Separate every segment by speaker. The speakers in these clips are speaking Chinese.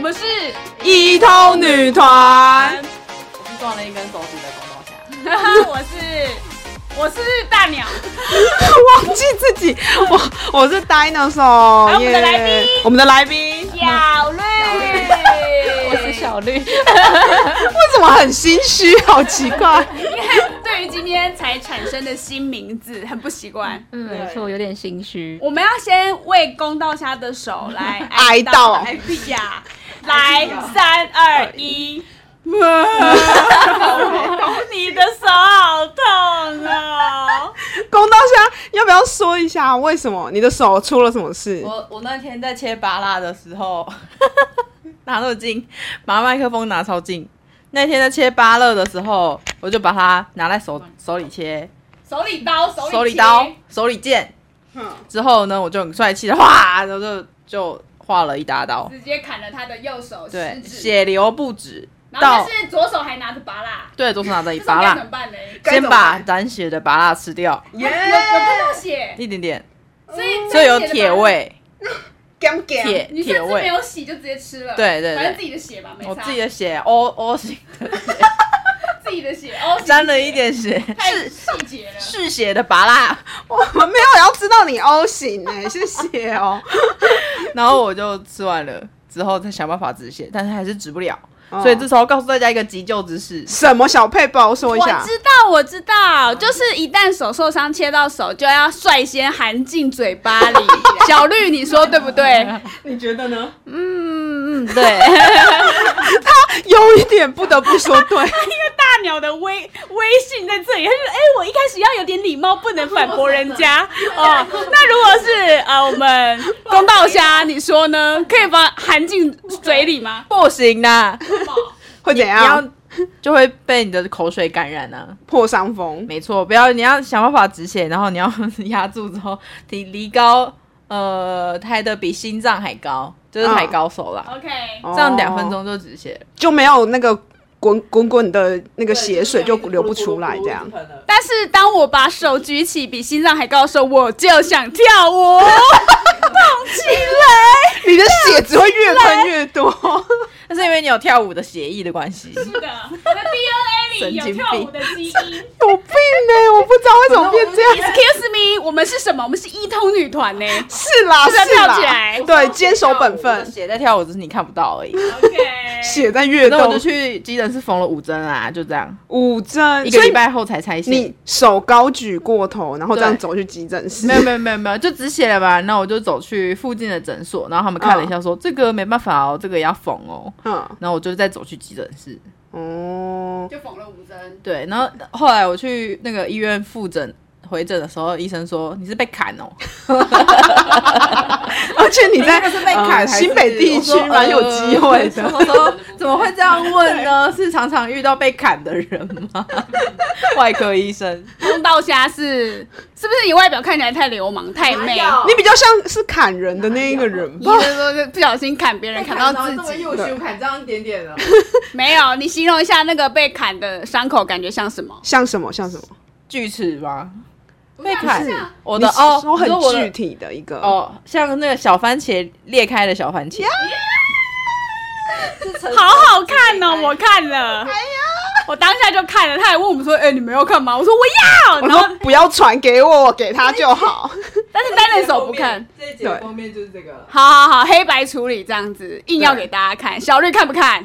Speaker 1: 们是
Speaker 2: 一通女团，
Speaker 1: 我是断了一根手指的广东侠。
Speaker 3: 我是我是大鸟，
Speaker 2: 忘记自己，我我是 dinosaur，
Speaker 3: 还有我们的来
Speaker 2: 耶
Speaker 3: 宾
Speaker 2: 我们的来宾，为
Speaker 3: 小绿，
Speaker 1: 我是小绿，
Speaker 2: 什么很心虚，好奇 怪。
Speaker 3: 对于今天才产生的新名字很不习惯。
Speaker 1: 嗯，没错，有点心虚。
Speaker 3: 我们要先为公道虾的手来
Speaker 2: 哀悼
Speaker 3: 哀悼呀！来，三二一，哦你的手好痛哦！
Speaker 2: 公道虾，要不要说一下为什么你的手出了什么事？
Speaker 1: 我我那天在切拔蜡的时候， 拿那么近，把麦克风拿超近。那天在切芭乐的时候，我就把它拿在手手里切，
Speaker 3: 手里刀，手里
Speaker 1: 手里
Speaker 3: 切
Speaker 1: 刀，手里剑。
Speaker 2: 嗯
Speaker 1: 之后呢，我就很帅气的哗，然后就就划了一大刀，
Speaker 3: 直接砍了他的右手
Speaker 1: 对
Speaker 3: 食，指，
Speaker 1: 血流不止。
Speaker 3: 然后
Speaker 1: 到
Speaker 3: 但是左手还拿着拔蜡，
Speaker 1: 对，左手拿着一
Speaker 3: 这时候
Speaker 1: 拔
Speaker 3: 该怎么
Speaker 1: 蜡，
Speaker 3: 办呢？
Speaker 2: 该
Speaker 1: 先
Speaker 2: 怎么
Speaker 1: 把
Speaker 2: 办
Speaker 1: 染血的拔蜡吃掉
Speaker 3: 有有喷到血，
Speaker 1: 一点点，
Speaker 3: 所以
Speaker 1: 嗯所以有铁味，
Speaker 2: 干干
Speaker 1: 铁
Speaker 3: 你
Speaker 1: 铁
Speaker 3: 甚至没
Speaker 1: 味。
Speaker 3: 有洗就直接吃了，
Speaker 1: 对对对
Speaker 3: 反正自己的血吧，没
Speaker 1: 我
Speaker 3: 差
Speaker 1: 自己的血 O O 型
Speaker 3: 自己的血，哦，
Speaker 1: 沾了一点血，
Speaker 3: 太细节了，
Speaker 1: 嗜血的拔蜡，
Speaker 2: 我们没有要知道你 O 型哎、谢谢哦。
Speaker 1: 然后我就吃完了，之后再想办法止血，但是还是止不了，
Speaker 2: 哦
Speaker 1: 所以这时候告诉大家一个急救知识，
Speaker 2: 什么小配包说一
Speaker 3: 我
Speaker 2: 下，
Speaker 3: 知道，我知道，就是一旦手受伤切到手，就要率先含进嘴巴 里。小绿，你说对不对？
Speaker 2: 你觉得呢？
Speaker 3: 嗯，大
Speaker 1: 对，
Speaker 2: 有一点不得不说 对，
Speaker 3: 鸟的威威信在这里，他就哎、我一开始要有点礼貌，不能反驳人家 哦。那如果是呃，我们公道虾，你说 呢？可以把它含进嘴里吗？
Speaker 1: 不行啦，
Speaker 2: 会怎
Speaker 1: 你要
Speaker 2: 样？
Speaker 1: 就会被你的口水感染啊。
Speaker 2: 破伤风，
Speaker 1: 没错，不要你要想办法止血，然后你要 压住之后，离离高呃抬的比心脏还高，就是抬高手啦，
Speaker 3: OK，
Speaker 2: 哦
Speaker 1: 这样两分钟就止血了。
Speaker 2: 就没有那个滚滚滚的那个血水就流不出来，这样。
Speaker 3: 但是当我把手举起比心脏还高的时候，我就想跳 舞。
Speaker 2: 你的血只会越喷越 多。
Speaker 1: 那是因为你有跳舞的协议的关系。
Speaker 3: 是的，我的 DNA 里有
Speaker 1: 神经病
Speaker 3: 跳舞的基 因。
Speaker 2: 有病呢、我不知道为什么变这样。
Speaker 3: Excuse me，我们是什么？我们是一通女团呢、
Speaker 2: 是啦，
Speaker 3: 是不是
Speaker 2: 是
Speaker 3: 跳起
Speaker 2: 啦
Speaker 3: 来，
Speaker 2: 对，坚守 本
Speaker 1: 我的
Speaker 2: 分，
Speaker 1: 血在跳舞，只是你看不到 而已。
Speaker 3: OK，
Speaker 2: 血在跃
Speaker 1: 那我
Speaker 2: 动
Speaker 1: 就。去急诊室缝了五针啊，就这样，
Speaker 2: 五针，
Speaker 1: 一个
Speaker 2: 所以
Speaker 1: 礼拜后才拆线。
Speaker 2: 你手高举过头，然后这样
Speaker 1: 对
Speaker 2: 走去急诊室
Speaker 1: 没。有没有没有没有，就止血了吧？那我就走去附近的诊所，然后他们看了一下说，这个没办法哦，这个也要缝哦。
Speaker 2: 嗯，
Speaker 1: 然后我就再走去急诊室。
Speaker 2: 哦，
Speaker 3: 就缝了五针。
Speaker 1: 对，然后后来我去那个医院复诊回诊的时候，医生说你是被砍 哦，
Speaker 2: 而且你在
Speaker 1: 是被砍
Speaker 2: 呃
Speaker 1: 还是
Speaker 2: 新北地区蛮有机会 的。
Speaker 1: 我说呃我说怎么会这样问呢？ 是常常遇到被砍的人吗？ 外科 医生，
Speaker 3: 公道虾是是不是你外表看起来太流氓太媚？
Speaker 1: 有
Speaker 2: 你比较像是砍人的那一个人
Speaker 3: 你
Speaker 2: 吧？
Speaker 3: 就是说不小心砍别人砍到自己？
Speaker 1: 右砍这样一点哦点的，
Speaker 3: 没有，你形容一下那个被砍的伤口感觉像什么？
Speaker 2: 像什么？像什么？
Speaker 1: 锯齿吗？
Speaker 3: 被
Speaker 1: 砍我
Speaker 2: 你
Speaker 1: 的哦，
Speaker 2: 说
Speaker 1: 你
Speaker 2: 很
Speaker 1: 说我的
Speaker 2: 具体的一个，
Speaker 1: 哦，像那个小番茄裂开的小番茄，
Speaker 3: 好好看哦，我看了。
Speaker 2: 哎
Speaker 3: 我当下就看了，他还问我们说：“哎、你们要看吗？”我说：“我要。”
Speaker 2: 我
Speaker 3: 然后
Speaker 2: 说，不要传给我，我给他就好。
Speaker 3: 但是单人手不看。
Speaker 1: 这一
Speaker 2: 集的封
Speaker 1: 面就是这个。
Speaker 3: 好好好，黑白处理这样子，硬要给大家看。小绿看不看？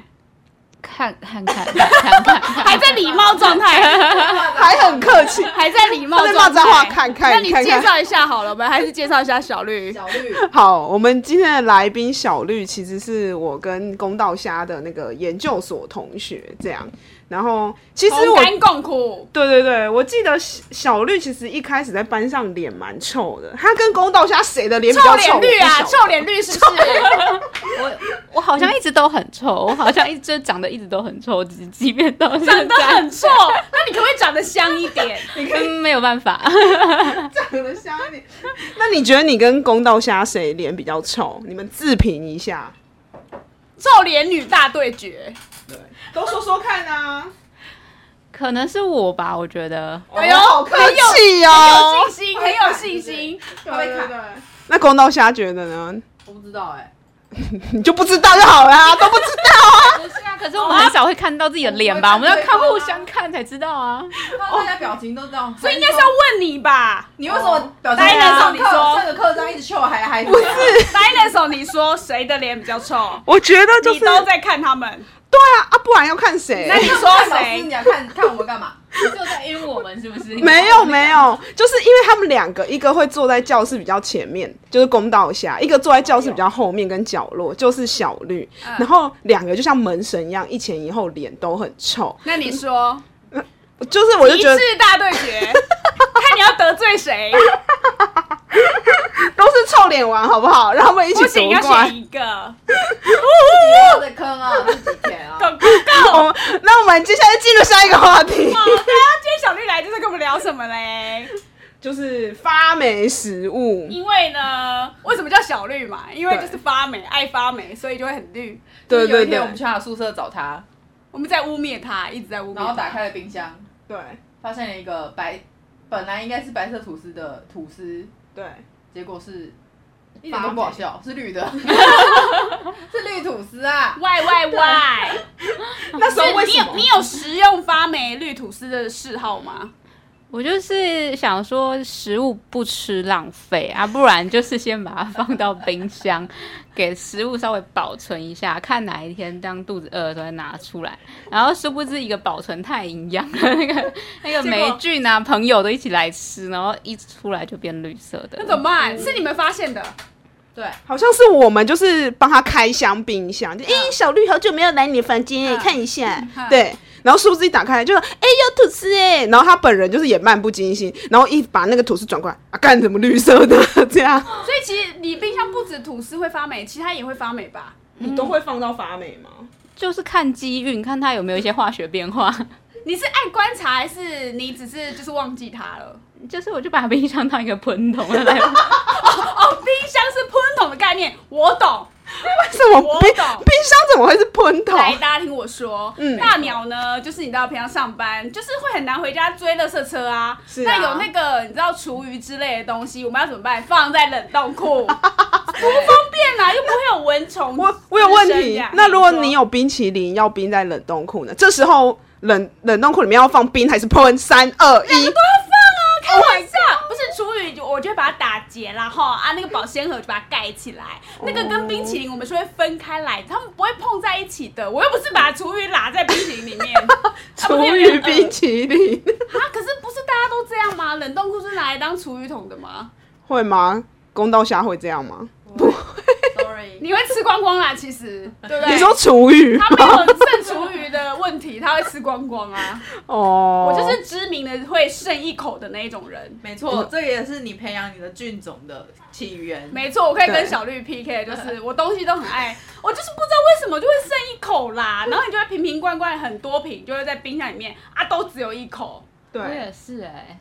Speaker 4: 看看看看看看，
Speaker 3: 还在礼貌状态，
Speaker 2: 还很客气。
Speaker 3: 还在礼貌
Speaker 2: 他在骂
Speaker 3: 状
Speaker 2: 脏话
Speaker 3: 态。
Speaker 2: 看看
Speaker 3: 那你
Speaker 2: 看看
Speaker 3: 介绍一下好了，我们还是介绍一下小绿。
Speaker 2: 好，我们今天的来宾小绿其实是我跟公道虾的那个研究所同学，这样。然后其实
Speaker 3: 同
Speaker 2: 我
Speaker 3: 甘共苦，
Speaker 2: 对对对，我记得小小绿其实一开始在班上脸蛮臭的，他跟公道虾谁的脸比
Speaker 3: 臭
Speaker 2: 较
Speaker 3: 脸绿啊，
Speaker 2: 我不晓得
Speaker 3: 臭脸绿是不是？
Speaker 4: 我我好像一直都很臭，我好像一直长得一直都很臭，即即便到现
Speaker 3: 长得
Speaker 4: 在，
Speaker 3: 很臭，那你可不可以长得香一点？
Speaker 4: 嗯，没有办法，
Speaker 2: 长得像一点。那你觉得你跟公道虾谁脸比较臭？你们自评一下，
Speaker 3: 臭脸女大对决，
Speaker 2: 都说说看啊。
Speaker 4: 可能是我吧，我觉得
Speaker 3: 哎呦哎
Speaker 2: 哦好客气
Speaker 3: 很
Speaker 2: 哦。
Speaker 3: 有信心，很有信心。
Speaker 2: 对对对。那公道虾觉得呢？
Speaker 1: 我不知道哎，
Speaker 2: 你就不知道就好啦，都不知道。啊
Speaker 4: 可是我们很少会看到自己的脸吧？我们要看互相看才知道啊。
Speaker 1: 哦
Speaker 4: 哦
Speaker 1: 大家表情都这样，
Speaker 3: 所以应该是要问你吧
Speaker 1: 你为什么表
Speaker 3: 情
Speaker 1: 情
Speaker 3: 上课
Speaker 1: 上
Speaker 3: 上
Speaker 1: 个课这样一直秀还还不是？
Speaker 3: ，Dinosaur，你说谁的脸比较臭？
Speaker 2: 我觉得就
Speaker 3: 你
Speaker 2: 是
Speaker 3: 都在看他们，
Speaker 2: 对啊啊，不然要看谁
Speaker 3: 那？你说
Speaker 1: 你
Speaker 3: 谁？
Speaker 1: 要看看我们干嘛？
Speaker 4: 就在因为我们是不是？
Speaker 2: 没有没有，就是因为他们两个，一个会坐在教室比较前面，就是公道下；一个坐在教室比较后面跟角落，就是小绿。然后两个就像门神一样，一前一后，脸都很臭。
Speaker 3: 那你说
Speaker 2: 就是我就
Speaker 3: 一
Speaker 2: 觉得
Speaker 3: 致大对 决，看你要得罪谁？
Speaker 2: 都是臭脸王，好不好？让他们一起
Speaker 3: 不
Speaker 2: 夺
Speaker 3: 行，要
Speaker 2: 冠
Speaker 3: 选。一个。
Speaker 1: 自己挖的坑啊，自己填啊。
Speaker 3: 狗狗狗，
Speaker 2: 哦，那我们接下来进入下一个话题，
Speaker 3: 大家今天小绿来就是跟我们聊什么嘞？
Speaker 2: 就是发霉食物。
Speaker 3: 因为呢，为什么叫小绿嘛？因为就是发霉，爱发霉，所以就会很绿。
Speaker 2: 对
Speaker 1: 有
Speaker 2: 对
Speaker 1: 一天
Speaker 2: 对
Speaker 1: 我们去他的宿舍找他，
Speaker 3: 我们在污蔑他，一直在污蔑他。
Speaker 1: 然后打开了冰箱，
Speaker 2: 对
Speaker 1: 发现了一个白，本来应该是白色吐司的吐司，
Speaker 2: 对，
Speaker 1: 结果是一点都不好 笑，是绿的，是绿吐司啊。
Speaker 3: 喂喂喂！
Speaker 2: 那时候为
Speaker 3: 你
Speaker 2: 什
Speaker 3: 有
Speaker 2: 么？
Speaker 3: 你有食用发霉绿吐司的嗜好吗？
Speaker 4: 我就是想说，食物不吃浪费啊，不然就是先把它放到冰箱，给食物稍微保存一下，看哪一天当肚子饿的时候再拿出来。然后殊不知一个保存太营养了，那个那
Speaker 3: 结
Speaker 4: 个
Speaker 3: 果
Speaker 4: 霉菌啊，朋友都一起来吃，然后一出来就变绿色的。
Speaker 3: 那怎么办？是你们发现的？
Speaker 1: 对，
Speaker 2: 好像是我们就是帮他开箱冰箱，就哎、诶小绿好久没有来你的房间、哎
Speaker 3: 嗯
Speaker 2: 看一下，
Speaker 3: 嗯
Speaker 2: 对。然后殊不知一打开来就说：“哎、有吐司哎！”然后他本人就是也漫不经心，然后一把那个吐司转过来，啊，干怎么绿色的这样？
Speaker 3: 所以其实你冰箱不止吐司会发霉，其他也会发霉吧？
Speaker 2: 你都会放到发霉吗？
Speaker 4: 就是看机运，看它有没有一些化学变化。
Speaker 3: 你是爱观察，还是你只是就是忘记它了？
Speaker 4: 就是我就把冰箱当一个喷筒来。
Speaker 3: 哦，冰箱是喷筒的概念，我懂。
Speaker 2: 为什么
Speaker 3: 我
Speaker 2: 冰冰
Speaker 3: 懂
Speaker 2: 箱怎么会是喷头？
Speaker 3: 来，大家听我说，
Speaker 2: 嗯
Speaker 3: 大鸟呢，就是你知道平常上班，就是会很难回家追垃圾车啊。
Speaker 2: 是啊
Speaker 3: 那有那个你知道厨余之类的东西，我们要怎么办？放在冷冻库，多 方便啊，又不会有蚊虫滋生这样。
Speaker 2: 我我有问题。那如果你
Speaker 3: 有
Speaker 2: 有冰淇淋要冰在冷冻库呢？这时候冷冷冻库里面要放冰还是喷？三二一，
Speaker 3: 啊开
Speaker 2: Oh
Speaker 3: 玩笑，不是厨余，我就会把它打结啦哈啊，那个保鲜盒就把它盖起来，那个跟冰淇淋我们是会分开来，他们不会碰在一起的。我又不是把厨余拉在冰淇淋里 面，啊
Speaker 2: 厨余冰淇淋
Speaker 3: 啊，可是不是大家都这样吗？冷冻库是拿来当厨余桶的吗？
Speaker 2: 会吗？公道虾会这样吗？
Speaker 1: Sorry，
Speaker 3: 你会吃光光啦，其实，对不对？
Speaker 2: 你说厨余
Speaker 3: 他没有剩厨余的问题，他会吃光光啊。
Speaker 2: 哦，
Speaker 3: 我就是知名的会剩一口的那一种人。
Speaker 1: 没错，这也是你培养你的菌种的起源。
Speaker 3: 没错，我可以跟
Speaker 2: 对
Speaker 3: 小绿 PK，就是我东西都很爱，我就是不知道为什么就会剩一口啦，然后你就会瓶瓶罐罐很多瓶，就会在冰箱里面啊，都只有一口。
Speaker 2: 对，
Speaker 4: 是哎、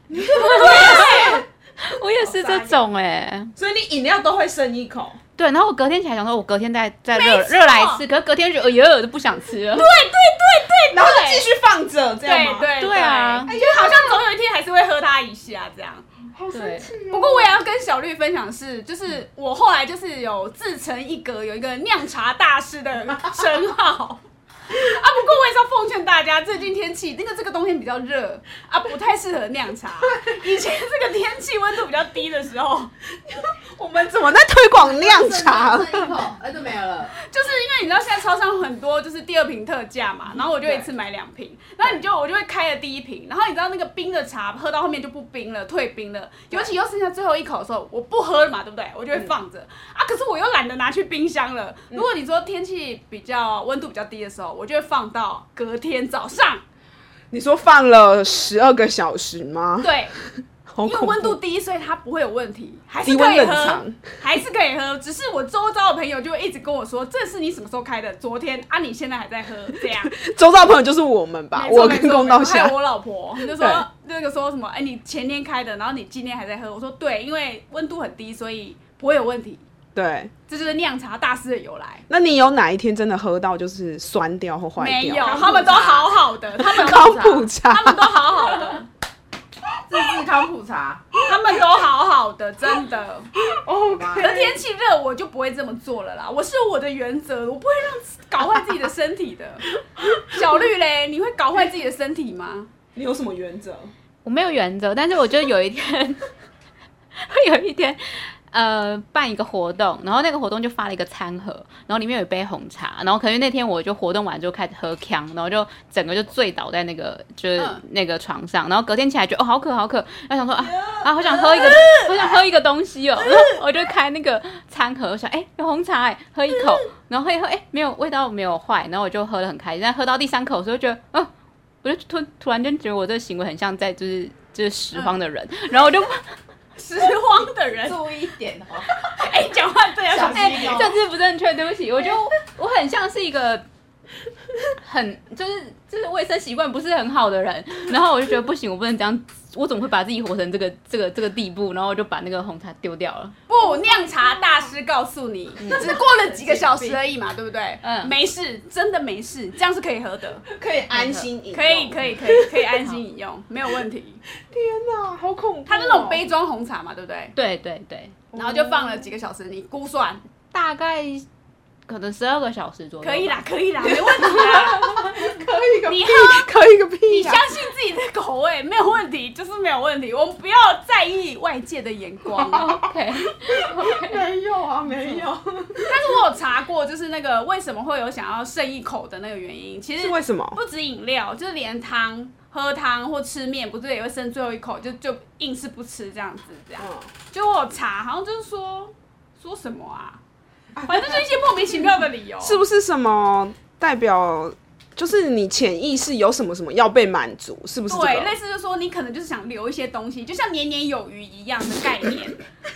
Speaker 4: 我也是这种哎、
Speaker 2: 所以你饮料都会剩一口。
Speaker 4: 对，然后我隔天起来想说，我隔天再再
Speaker 3: 没
Speaker 4: 热
Speaker 3: 错
Speaker 4: 热来一次，可是隔天就哎呦，我就不想吃了。
Speaker 3: 对对对对，
Speaker 2: 然后就继续放着，这样
Speaker 3: 对
Speaker 2: 吗？
Speaker 3: 对
Speaker 4: 对啊
Speaker 3: 因为好像总有一天还是会喝它一下这样。
Speaker 4: 对，
Speaker 3: 不过我也要跟小绿分享是，就是我后来就是有自成一格，有一个酿茶大师的称号。啊，不过我也是要奉劝大家，最近天气那个这个冬天比较热啊，不太适合酿茶。以前这个天气温度比较低的时候，
Speaker 2: 我们怎么在推广酿茶？
Speaker 1: 剩 一口，哎，就没有了。
Speaker 3: 就是因为你知道现在超商很多就是第二瓶特价嘛，
Speaker 2: 嗯
Speaker 3: 然后我就一次买两瓶，然后你就我就会开了第一瓶，然后你知道那个冰的茶喝到后面就不冰了，退冰了，尤其又剩下最后一口的时候，我不喝了嘛，对不对？我就会
Speaker 2: 嗯
Speaker 3: 放着、啊，可是我又懒得拿去冰箱了。如果你说天气比较温度比较低的时候，我就会放到隔天早上，
Speaker 2: 你说放了十二个小时吗？
Speaker 3: 对，
Speaker 2: 好
Speaker 3: 因为
Speaker 2: 恐
Speaker 3: 温度
Speaker 2: 怖！
Speaker 3: 低，所以它不会有问题，还是
Speaker 2: 低
Speaker 3: 可
Speaker 2: 温
Speaker 3: 以
Speaker 2: 冷
Speaker 3: 喝
Speaker 2: 藏，
Speaker 3: 还是可以喝。只是我周遭的朋友就一直跟我说，这是你什么时候开的？昨天啊，你现在还在喝，这样。
Speaker 2: 周遭朋友就是我们吧，
Speaker 3: 没错
Speaker 2: 啊我
Speaker 3: 没
Speaker 2: 跟
Speaker 3: 错
Speaker 2: 公道
Speaker 3: 没错还
Speaker 2: 侠
Speaker 3: 有。我老婆 就说那个说什么，哎，你前天开的，然后你今天还在喝。我说对，因为温度很低，所以不会有问题。
Speaker 2: 对，
Speaker 3: 这就是酿茶大师的由来。
Speaker 2: 那你有哪一天真的喝到就是酸掉或坏
Speaker 3: 没有，
Speaker 2: 掉？
Speaker 3: 他们都好好的，他们
Speaker 2: 康普
Speaker 3: 他们
Speaker 2: 茶，
Speaker 3: 都好好的。
Speaker 1: 这自制康普茶，
Speaker 3: 他们都好好的，真的。
Speaker 2: 哦，
Speaker 3: 可是天气热，我就不会这么做了啦。我是有我的原则，我不会让搞坏自己的身体的。小绿嘞，你会搞坏自己的身体 吗？
Speaker 2: 你有什么原则？
Speaker 4: 我没有原则，但是我就有一天， 会有一天，呃，办一个活动，然后那个活动就发了一个餐盒，然后里面有一杯红茶，然后可能那天我就活动完就开始喝康，然后就整个就醉倒在那个就是
Speaker 3: 嗯
Speaker 4: 那个床上，然后隔天起来觉得哦好渴好渴，然后想说啊啊好想喝一个，好想喝一个东西哦，然 后我就开那个餐盒，我想哎、有红茶哎、喝一口，然后喝一喝哎、没有味道没有坏，然后我就喝的很开心，但喝到第三口的时候就觉得嗯。我就突突然间觉得我这个行为很像在就是就是拾荒的人，然后我就
Speaker 3: 拾荒的人，
Speaker 1: 注意一点哦。
Speaker 3: 哎、讲话这样小心
Speaker 4: 哎、
Speaker 3: 一点。
Speaker 4: 政治不正确，对不起，我就我很像是一个很就是就是卫生习惯不是很好的人，然后我就觉得不行，我不能这样，我怎么会把自己活成这个这个这个地步？然后我就把那个红茶丢掉了。
Speaker 3: 不，酿茶大师告诉你，嗯只过了几个小时而已嘛，对不对？
Speaker 4: 嗯
Speaker 3: 没事，真的没事，这样是可以喝的，
Speaker 2: 可以安心哦饮用
Speaker 3: 可以，可以，可 以，可以安心饮用，没有问题。
Speaker 2: 天哪，好恐怖哦！
Speaker 3: 它那种杯装红茶嘛，对不对？
Speaker 4: 对对对，
Speaker 3: 然后就放了几个小时，你估算
Speaker 4: 大概可能十二个小时左右。
Speaker 3: 嗯可以啦，，可以啦，没问题啦。
Speaker 2: 可以个
Speaker 3: 你
Speaker 2: 屁
Speaker 3: 喝，
Speaker 2: 可以个 屁啊
Speaker 3: 你
Speaker 2: 呀
Speaker 3: 相！信自己的口味没有问题，就是没有问题。我们不要在意外界的眼 光。
Speaker 4: OK，
Speaker 2: 没有啊，没有，
Speaker 3: 但是我有查过，就是那个为什么会有想要剩一口的那个原因，其实
Speaker 2: 是为什么？
Speaker 3: 不止饮料，就是连汤、喝汤或吃面，不是也会剩最后一口，就就硬是不吃这样子，这样。
Speaker 2: 嗯
Speaker 3: 就我有查，好像就是说说什么啊，反正就是一些莫名其妙的理由。
Speaker 2: 是不是什么代表？就是你潜意识有什么什么要被满足，是不是、这个？
Speaker 3: 对，类似就是说你可能就是想留一些东西，就像年年有余一样的概 念。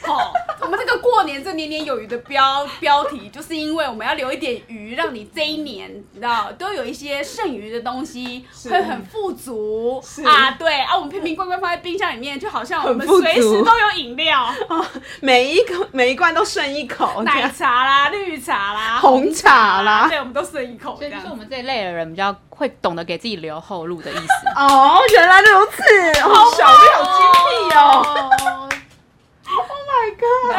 Speaker 3: 哦，我们这个过年这年年有余的标标题，就是因为我们要留一点余，让你这一年你知道都有一些剩余的东西，会很富足
Speaker 2: 是
Speaker 3: 啊。对啊，我们平平乖乖放在冰箱里面，就好像我们
Speaker 2: 很富足
Speaker 3: 随时都有饮 料、
Speaker 2: 每一个每一罐都剩一口，这
Speaker 3: 奶
Speaker 2: 样
Speaker 3: 茶啦、绿茶啦、
Speaker 2: 红茶啦
Speaker 3: 对，我们都剩一口
Speaker 4: 所
Speaker 3: 这
Speaker 4: 以就是我
Speaker 3: 样。
Speaker 4: 们这一类的人比较会懂得给自己留后路的意思。
Speaker 2: 哦，原来如此，哦，小绿好精辟哦！Oh
Speaker 3: 那
Speaker 2: my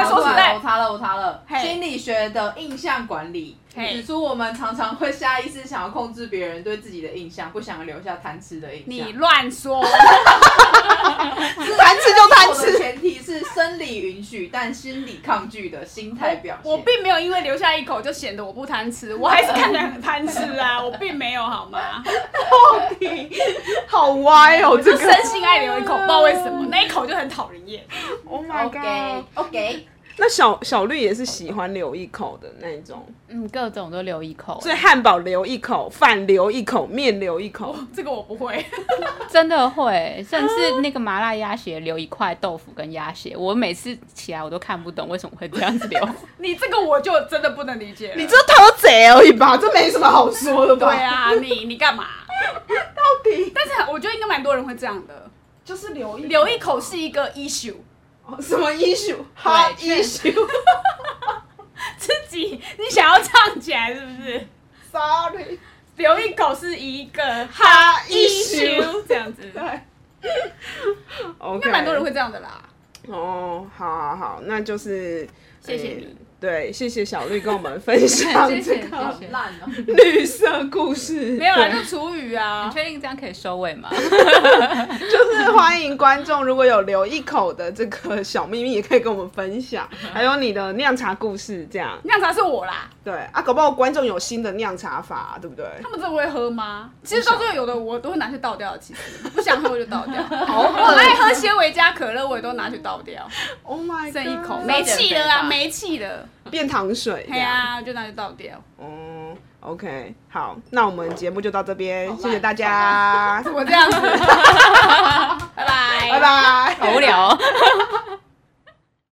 Speaker 2: god！
Speaker 3: 说实在
Speaker 1: 我查了，我查了，
Speaker 3: 嘿
Speaker 1: 心理学的印象管理
Speaker 3: 嘿
Speaker 1: 指出，我们常常会下意识想要控制别人对自己的印象，不想留下贪吃的印象。
Speaker 3: 你乱说，
Speaker 2: 贪吃就 贪
Speaker 1: 我的
Speaker 2: 吃，
Speaker 1: 前提是生理允许，但心理抗拒的心态表现。
Speaker 3: 我并没有因为留下一口就显得我不贪吃，我还是看起来很贪吃啊， 我并没有好吗？
Speaker 2: 好歪哦，
Speaker 3: 就
Speaker 2: 这个
Speaker 3: 真心爱留一口，不知道为什么那一口就很讨人厌。
Speaker 2: Oh my
Speaker 1: OK
Speaker 2: god！
Speaker 1: OK，
Speaker 2: 那小小绿也是喜欢留一口的那一种，
Speaker 4: 嗯，各种都留一口，
Speaker 2: 所以汉堡留一口，饭留一口，面留一 口，
Speaker 3: 这个我不会，
Speaker 4: 真的会，甚至那个麻辣鸭血留一块豆腐跟鸭血，我每次起来我都看不懂为什么会这样子留。
Speaker 3: 你这个我就真的不能理解了。
Speaker 2: 你这偷贼
Speaker 3: 哦
Speaker 2: 而已吧，这没什么好说的吧？
Speaker 3: 对 啊，你你干嘛？
Speaker 2: 到底
Speaker 3: 但是我觉得应该蛮多人会这样的，
Speaker 2: 就是留一
Speaker 3: 留一口是一个 issue，
Speaker 2: 什么 issue？好
Speaker 1: 确
Speaker 2: issue。
Speaker 3: 自己你想要唱起来是不是？
Speaker 2: Sorry，
Speaker 3: 留一口是一个
Speaker 2: 哈
Speaker 3: issue 这样子，应
Speaker 2: 对
Speaker 3: 该
Speaker 2: ，OK，
Speaker 3: 蛮多人会这样的啦。
Speaker 2: 哦，好好好，那就是
Speaker 3: 谢谢
Speaker 2: 呃
Speaker 3: 你
Speaker 2: 对，谢谢小绿跟我们分 享
Speaker 4: 谢谢
Speaker 2: 这
Speaker 4: 谢
Speaker 2: 个
Speaker 4: 谢
Speaker 1: 很烂哦。
Speaker 2: 绿色故事，
Speaker 3: 没有啦，
Speaker 2: 对
Speaker 3: 就厨余
Speaker 4: 你
Speaker 3: 啊。
Speaker 4: 确定这样可以收 尾吗？
Speaker 2: 就是欢迎观众，如果有留一口的这个小秘密，也可以跟我们 分享，还有你的酿茶故事，这样
Speaker 3: 酿茶是我啦，
Speaker 2: 对啊，搞不好观众有新的酿茶法，啊对不 对？
Speaker 3: 他们真的会喝吗？其实到最后有的我都会拿去倒掉，其实不想喝我就倒掉。
Speaker 2: 好
Speaker 3: 我爱喝纤维加可乐，我也都拿去倒掉，
Speaker 2: ，Oh my，
Speaker 3: 剩一口
Speaker 2: God
Speaker 3: 没气了啊，没气了，
Speaker 2: 变糖水，
Speaker 3: 哎呀、就拿去倒掉。
Speaker 2: 哦、o k 好，那我们节目就到这边，谢谢大
Speaker 1: 好
Speaker 2: 家，
Speaker 3: 我这样子，拜拜，
Speaker 2: 拜。拜。
Speaker 4: 好无聊、哦。